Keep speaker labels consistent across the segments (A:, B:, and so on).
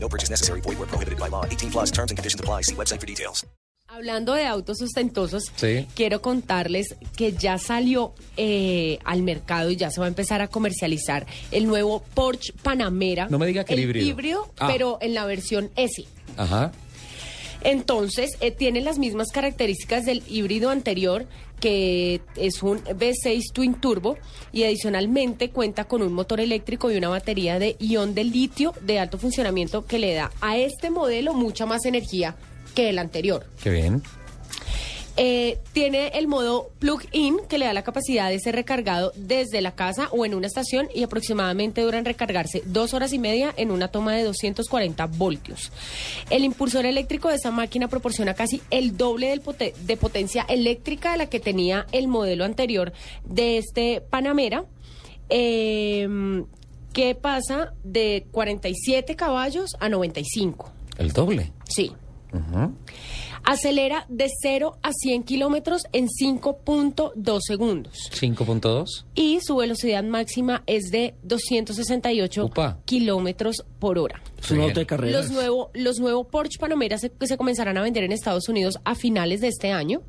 A: No purchase necessary. Void where prohibited by law. 18 plus terms and conditions apply. See website for details.
B: Hablando de autos ostentosos,
C: Sí.
B: quiero contarles que ya salió eh, al mercado y ya se va a empezar a comercializar el nuevo Porsche Panamera.
C: No me diga que
B: el
C: híbrido. Ah.
B: pero en la versión S.
C: Ajá.
B: Entonces, eh, tiene las mismas características del híbrido anterior, que es un V6 Twin Turbo, y adicionalmente cuenta con un motor eléctrico y una batería de ion de litio de alto funcionamiento que le da a este modelo mucha más energía que el anterior.
C: Qué bien.
B: Eh, tiene el modo plug-in que le da la capacidad de ser recargado desde la casa o en una estación y aproximadamente duran recargarse dos horas y media en una toma de 240 voltios. El impulsor eléctrico de esta máquina proporciona casi el doble del pote- de potencia eléctrica de la que tenía el modelo anterior de este Panamera. Eh, que pasa de 47 caballos a 95.
C: El doble.
B: Sí. Acelera de 0 a 100 kilómetros en 5.2 segundos.
C: 5.2.
B: Y su velocidad máxima es de 268
C: Upa.
B: kilómetros por hora.
D: Su nota de carreras.
B: Los nuevos los nuevo Porsche Panamera se, que se comenzarán a vender en Estados Unidos a finales de este año.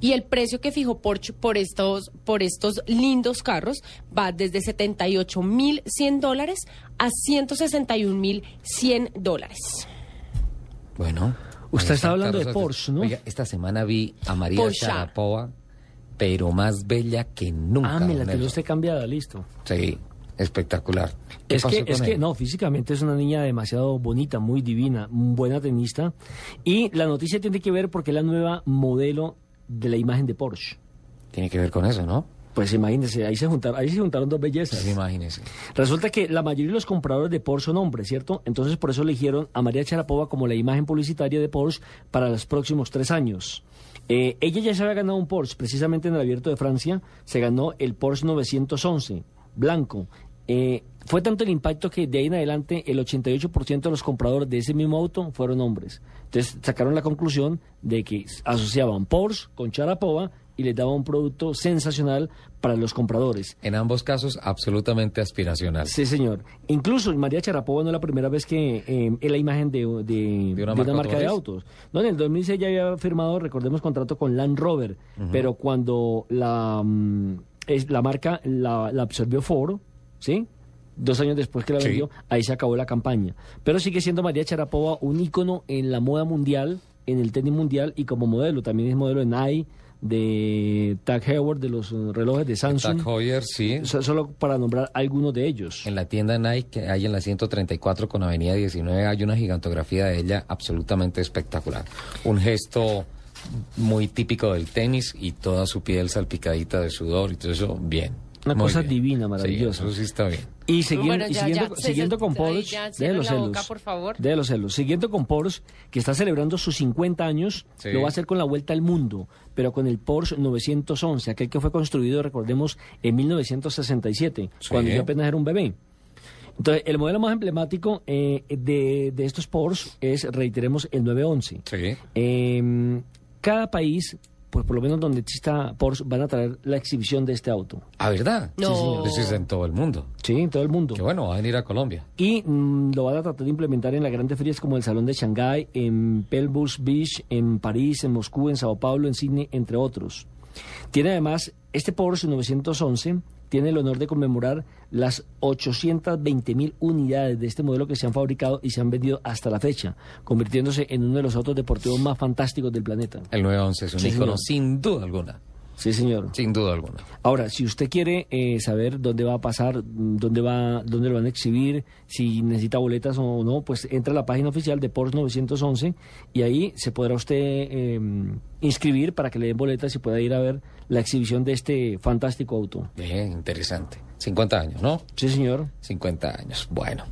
B: Y el precio que fijó Porsche por estos, por estos lindos carros va desde 78.100 dólares a 161.100 dólares.
C: Bueno.
D: Usted
C: ahí
D: está
C: están
D: hablando
C: Carlos
D: de
C: Sánchez.
D: Porsche, ¿no?
C: Oiga, esta semana vi a María
B: Porsche.
C: Sharapova, pero más bella que nunca.
D: Ah,
C: don
D: me la tiene
C: Nelson.
D: usted cambiada, listo.
C: Sí, espectacular. ¿Qué
D: Es
C: pasó
D: que,
C: con
D: es que
C: él?
D: no, físicamente es una niña demasiado bonita, muy divina, un buena tenista. Y la noticia tiene que ver porque es la nueva modelo de la imagen de Porsche.
C: Tiene que ver con eso, ¿no?
D: Pues imagínense, ahí se juntaron, ahí se juntaron dos bellezas.
C: Sí, imagínese.
D: Resulta que la mayoría de los compradores de Porsche son hombres, ¿cierto? Entonces por eso eligieron a María Charapova como la imagen publicitaria de Porsche para los próximos tres años. Eh, ella ya se había ganado un Porsche, precisamente en el Abierto de Francia, se ganó el Porsche 911, blanco. Eh, fue tanto el impacto que de ahí en adelante el 88% de los compradores de ese mismo auto fueron hombres. Entonces sacaron la conclusión de que asociaban Porsche con Charapova y les daba un producto sensacional para los compradores.
C: En ambos casos, absolutamente aspiracional.
D: Sí, señor. Incluso María Charapova no es la primera vez que eh, es la imagen de, de- de una,
C: marca
D: marca de
C: automotriz?
D: autos. No, en el 2006 ya había firmado, recordemos, contrato con Land Rover, pero cuando la, mm, es, la marca la, la absorbió Ford, ¿sí? Dos años después que la
C: Sí.
D: vendió, ahí se acabó la campaña. Pero sigue siendo María Charapova un ícono en la moda mundial, en el tenis mundial y como modelo. También es modelo de Nike, de Tag Heuer, de los eh, relojes de Samsung.
C: Tag Heuer, sí.
D: So- Solo para nombrar algunos de ellos.
C: En la tienda Nike, que hay en la 134 con Avenida 19, hay una gigantografía de ella absolutamente espectacular. Un gesto muy típico del tenis y toda su piel salpicadita de sudor y todo eso, bien.
D: Una
C: Muy
D: cosa
C: bien.
D: divina,
C: Sí,
D: maravillosa.
C: eso sí está bien.
D: Y, siguiendo,
B: Bueno,
D: y
B: ya,
D: siguiendo,
B: ya,
D: siguiendo
B: César,
D: con
B: ahí
D: Poros,
B: ya,
D: de
B: cierra
D: los
B: la
D: celos.
B: boca, por favor.
D: De los celos. Siguiendo con Poros, que está celebrando sus 50 años,
C: Sí.
D: lo va a hacer con la vuelta al mundo, pero con el Porsche 911, aquel que fue construido, recordemos, en 1967,
C: Sí.
D: cuando yo apenas era un bebé. Entonces, el modelo más emblemático eh, de, de estos Porsche es, reiteremos, el 911.
C: Sí.
D: Eh, cada país, pues por lo menos donde exista Porsche, van a traer la exhibición de este auto.
C: Ah, ¿verdad?
B: No. Sí, señor.
C: Eso es en todo el mundo.
D: Sí, en todo el mundo.
C: Que bueno, va a venir a Colombia.
D: Y mm, lo van a tratar de implementar en las grandes ferias como el Salón de Shanghái, en Pelbus Beach, en París, en Moscú, en Sao Paulo, en Sydney, entre otros. Tiene además, este Porsche 911 tiene el honor de conmemorar las 820 mil unidades de este modelo que se han fabricado y se han vendido hasta la fecha, convirtiéndose en uno de los autos deportivos más fantásticos del planeta.
C: El 911 es un
D: Sí,
C: ícono
D: señor.
C: sin duda alguna.
D: Sí, señor.
C: Sin duda alguna.
D: Ahora, si usted quiere eh, saber dónde va a pasar, mm, dónde va, dónde lo van a exhibir, si necesita boletas o no, pues entra a la página oficial de Porsche 911 y ahí se podrá usted eh, inscribir para que le den boletas y pueda ir a ver la exhibición de este fantástico auto.
C: Bien, interesante. 50 años, ¿no?
D: Sí, señor.
C: 50 años. Bueno.